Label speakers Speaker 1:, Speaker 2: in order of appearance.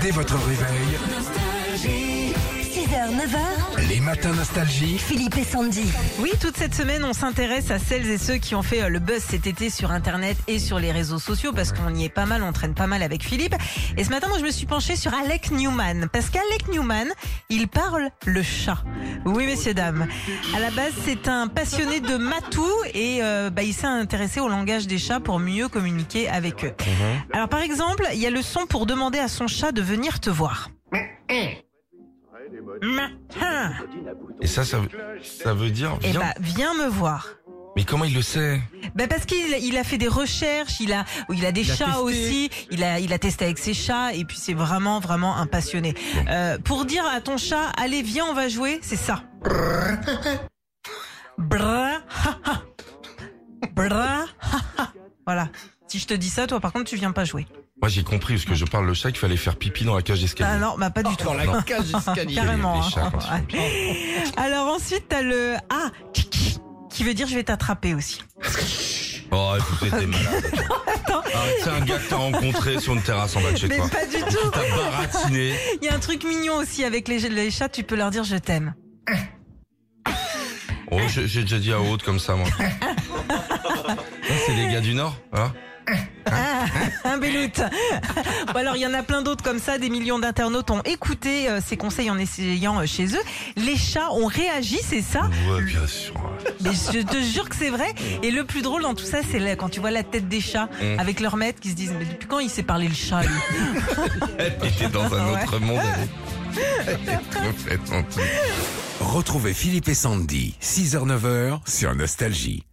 Speaker 1: Dès votre réveil,
Speaker 2: 6h, 9h,
Speaker 1: les matins nostalgie.
Speaker 2: Philippe et Sandy.
Speaker 3: Oui, toute cette semaine, on s'intéresse à celles et ceux qui ont fait euh, le buzz cet été sur Internet et sur les réseaux sociaux, parce qu'on y est pas mal, on traîne pas mal avec Philippe. Et ce matin, moi, je me suis penchée sur Alec Newman, parce qu'Alec Newman, il parle le chat. Oui, messieurs, dames. À la base, c'est un passionné de matou, et euh, bah, il s'est intéressé au langage des chats pour mieux communiquer avec eux. Alors, par exemple, il y a le son pour demander à son chat de venir te voir. Mahin.
Speaker 4: Et ça, ça, veut- ça veut dire.
Speaker 3: Eh
Speaker 4: viens.
Speaker 3: bah, viens me voir.
Speaker 4: Mais comment il le sait
Speaker 3: Ben parce qu'il il a fait des recherches, il a, il a des
Speaker 4: Il a
Speaker 3: chats
Speaker 4: testé.
Speaker 3: aussi, il a, il a testé avec ses chats, et puis c'est vraiment, vraiment un passionné. Euh, pour dire à ton chat, allez, viens, on va jouer, c'est ça. Bra, ha, ha. Bra, ha, ha. Voilà. Si je te dis ça, toi, par contre, tu viens pas jouer.
Speaker 4: Moi, j'ai compris parce que je parle le chat qu'il fallait faire pipi dans la cage
Speaker 3: Ah
Speaker 4: d'escalier.
Speaker 3: non, bah pas du tout.
Speaker 4: Non.
Speaker 3: Carrément.
Speaker 4: Les chats,
Speaker 3: hein.
Speaker 4: quand ils font
Speaker 3: Alors ensuite, t'as le ah tchiki, qui veut dire je vais t'attraper aussi.
Speaker 4: Oh, écoutez, t'es malade. Arrête, c'est un gars que t'as rencontré sur une terrasse en bas de chez
Speaker 3: Mais
Speaker 4: toi.
Speaker 3: pas du tout.
Speaker 4: T'as baratiné.
Speaker 3: Il y a un truc mignon aussi avec les, les chats, tu peux leur dire je t'aime.
Speaker 4: Oh, j'ai j'ai déjà dit à haute comme ça, moi. Ça, c'est les gars du Nord, hein
Speaker 3: Ah, un beloute. Bon, alors il y en a plein d'autres comme ça, des millions d'internautes ont écouté euh, ces conseils en essayant euh, chez eux. Les chats ont réagi, c'est ça
Speaker 4: Ouais, bien sûr.
Speaker 3: Mais je te jure que c'est vrai. Et le plus drôle dans tout ça, c'est là, quand tu vois la tête des chats
Speaker 4: Mm.
Speaker 3: avec leur maître qui se disent mais depuis quand il s'est parlé le chat lui
Speaker 4: T'étais dans un
Speaker 3: Ouais.
Speaker 4: autre monde. elle est- elle est complètement
Speaker 1: Retrouvez Philippe et Sandy, 6h, 9h sur Nostalgie.